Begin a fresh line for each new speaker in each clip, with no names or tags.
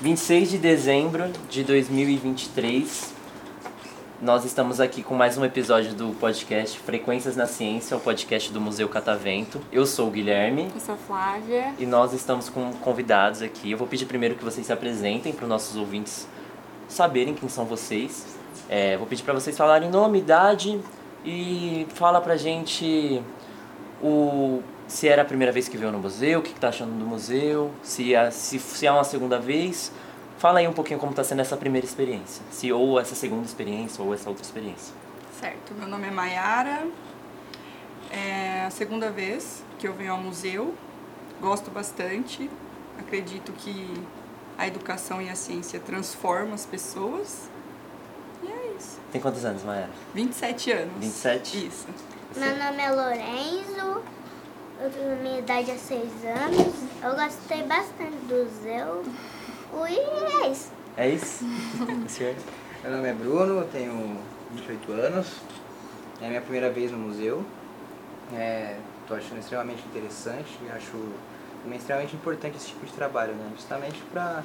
26 de dezembro de 2023. Nós estamos aqui com mais um episódio do podcast Frequências na Ciência, o podcast do Museu Catavento. Eu sou o Guilherme
Eu sou a Flávia.
e nós estamos com convidados aqui. Eu vou pedir primeiro que vocês se apresentem para os nossos ouvintes saberem quem são vocês. É, vou pedir para vocês falarem nome, idade e fala pra gente o se era a primeira vez que veio no museu, o que, que tá achando do museu, se é, se, se é uma segunda vez. Fala aí um pouquinho como tá sendo essa primeira experiência. Se ou essa segunda experiência ou essa outra experiência.
Certo, meu nome é Mayara. É a segunda vez que eu venho ao museu. Gosto bastante. Acredito que a educação e a ciência transformam as pessoas. E é isso.
Tem quantos anos, Maera?
27 anos.
27?
Isso.
Meu nome é Lorenzo, eu- minha idade é 6 anos. Eu gostei bastante do Zeu. E é isso.
É isso? O senhor?
Meu nome é Bruno, eu tenho 28 anos. É a minha primeira vez no museu. Estou achando extremamente interessante e acho também extremamente importante esse tipo de trabalho, né? justamente para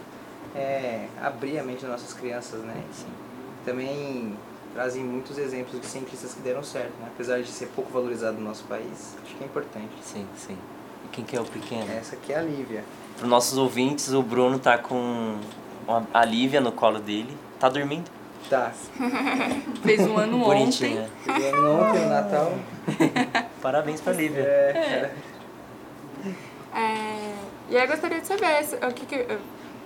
abrir a mente das nossas crianças. Né? E também trazem muitos exemplos de cientistas que deram certo, né? apesar de ser pouco valorizado no nosso país, acho que é importante.
Sim, sim. E quem que é o pequeno?
Essa aqui é a Lívia.
Para os nossos ouvintes, o Bruno tá com uma- a Lívia no colo dele. Tá dormindo?
Tá,
Fez um ano ontem.
Bonitinha.
vivendo ontem o Natal.
Parabéns pra Lívia.
É, cara.
É, e aí eu gostaria de saber se- o que que-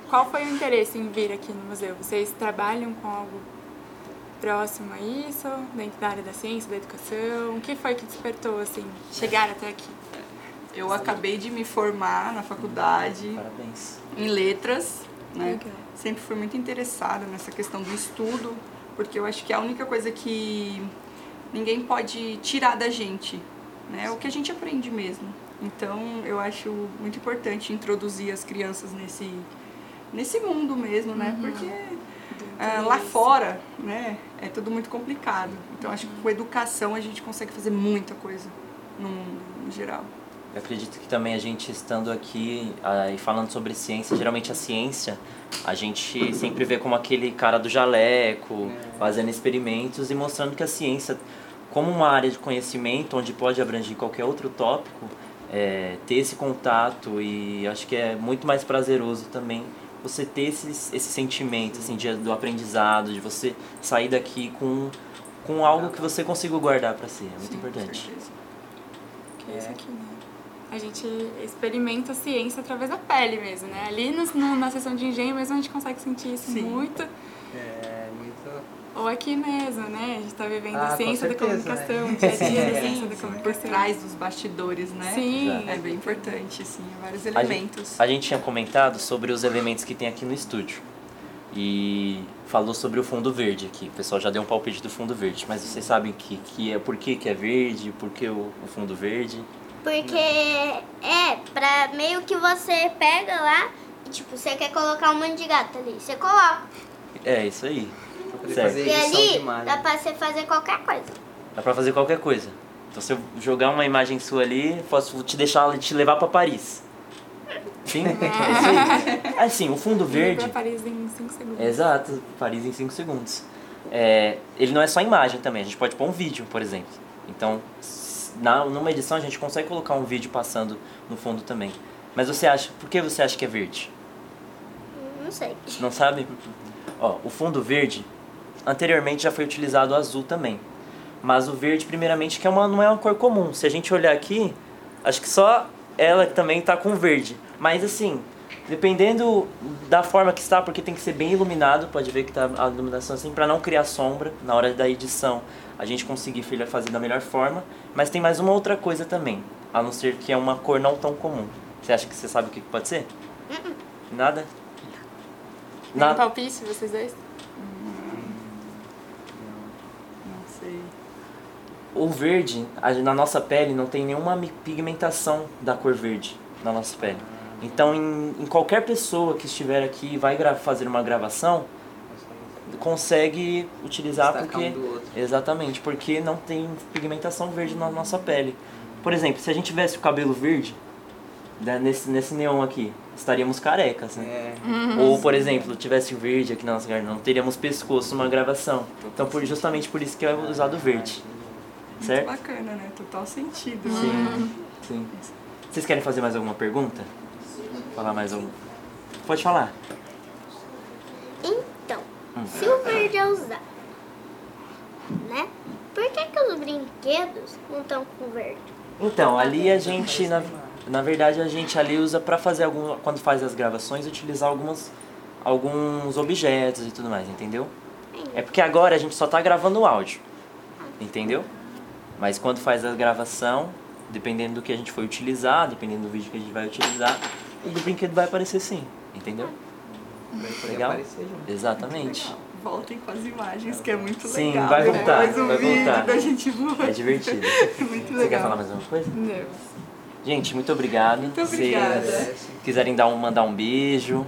qual foi o interesse em vir aqui no museu. Vocês trabalham com algo próximo a isso, dentro da área da ciência, da educação? O que foi que despertou assim chegar até aqui?
Eu acabei de me formar na faculdade
Parabéns.
em letras. Né?
Legal.
sempre fui muito interessada nessa questão do estudo, porque eu acho que é a única coisa que ninguém pode tirar da gente, né? É o que a gente aprende mesmo. Então, eu acho muito importante introduzir as crianças nesse nesse mundo mesmo, né? Porque ah, lá fora, né, é tudo muito complicado. Então, acho que com educação a gente consegue fazer muita coisa no mundo em geral.
Eu acredito que também a gente estando aqui ah, e falando sobre ciência, geralmente a ciência, a gente sempre vê como aquele cara do jaleco,
É.
fazendo experimentos e mostrando que a ciência, como uma área de conhecimento onde pode abranger qualquer outro tópico, é, ter esse contato e acho que é muito mais prazeroso também você ter esse, esse sentimento assim, de, do aprendizado, de você sair daqui com, com algo que você conseguiu guardar para si. É muito
Sim, com
importante.
certeza.
Que é isso aqui, né? A gente experimenta a ciência através da pele mesmo, né? Ali nos- no- na sessão de engenho mesmo a gente consegue sentir isso
Sim.
muito.
É, muito...
Ou aqui mesmo, né? A gente tá vivendo
Ah,
a
com
ciência
certeza,
da
né?
comunicação, o dia a dia da
É,
ciência da
Por
comunicação.
trás dos bastidores, né?
Sim.
É bem importante, sim, vários
A gen-
elementos.
A gente tinha comentado sobre os elementos que tem aqui no estúdio. E falou sobre o fundo verde aqui. O pessoal já deu um palpite do fundo verde. Mas vocês sabem que, que é, por que, que é verde, por que o, o fundo verde.
Porque é, pra meio que você pega lá, e, tipo, você quer colocar um monte de gato ali. Você coloca.
É isso aí.
Pra poder
Certo.
fazer
E
edição né? de
ali
imagem.
dá pra você fazer qualquer coisa.
Dá pra fazer qualquer coisa. Então, se eu jogar uma imagem sua ali, posso te deixar te levar pra Paris. Sim? É isso aí. Assim, o fundo verde.
Pra Paris em 5 segundos.
Exato, Paris em 5 segundos. É, ele não é só imagem também, a gente pode pôr um vídeo, por exemplo. Então, s- na, numa edição a gente consegue colocar um vídeo passando no fundo também. Mas você acha, por que você acha que é verde?
Não sei.
Não sabe? Ó, o fundo verde anteriormente já foi utilizado o azul também. Mas o verde, primeiramente, que é uma, não é uma cor comum. Se a gente olhar aqui, acho que só ela também tá com verde. Mas assim, dependendo da forma que está, porque tem que ser bem iluminado, pode ver que tá a iluminação assim, para não criar sombra na hora da edição. A gente conseguir filha, fazer da melhor forma. Mas tem mais uma outra coisa também, a não ser que é uma cor não tão comum. Você acha que você sabe o que que pode ser? Nada?
Tem
Na-
um palpite, vocês dois?
Hum, Não sei.
O verde, a- na nossa pele, não tem nenhuma mi- pigmentação da cor verde na nossa pele. Então, em, em qualquer pessoa que estiver aqui e vai gra- fazer uma gravação, consegue utilizar
Destacar
porque
um do outro.
exatamente porque não tem pigmentação verde na nossa pele. Por exemplo, se a gente tivesse o cabelo verde né, nesse nesse neon aqui, estaríamos carecas, né?
É,
Ou, por exemplo, tivesse verde aqui na nossa garganta, não teríamos pescoço numa gravação. Então, por, justamente por isso que é usado verde. Certo?
Bacana, né? Total sentido.
Sim. Sim. Vocês querem fazer mais alguma pergunta? Falar mais algum? Pode falar.
Então,
Hum.
se o verde é usado, né? Por que, que os brinquedos não estão com verde?
Então, ali a gente, na, na verdade, a gente ali usa pra fazer algum. Quando faz as gravações, utilizar algumas, alguns objetos e tudo mais, entendeu? É porque agora a gente só tá gravando o áudio, entendeu? Mas quando faz a gravação, dependendo do que a gente foi utilizar, dependendo do vídeo que a gente vai utilizar, o brinquedo vai aparecer sim, entendeu?
vai poder
Legal?
aparecer junto.
Exatamente.
Voltem com as imagens, que é muito
Sim,
legal.
vai voltar,
Depois o
vai
vídeo
voltar.
da gente voa.
É divertido.
muito
Você quer falar
legal.
mais alguma coisa?
Deus.
Gente, muito obrigado. Muito
obrigada.
Se quiserem dar um, mandar um beijo.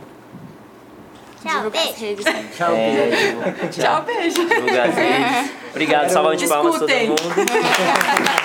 Tchau,
Divulgar as
beijo.
redes.
Tchau,
É,
Tchau, um beijo.
Divulgar as redes. Obrigado, salva de palmas todo
É. Escutem.
mundo.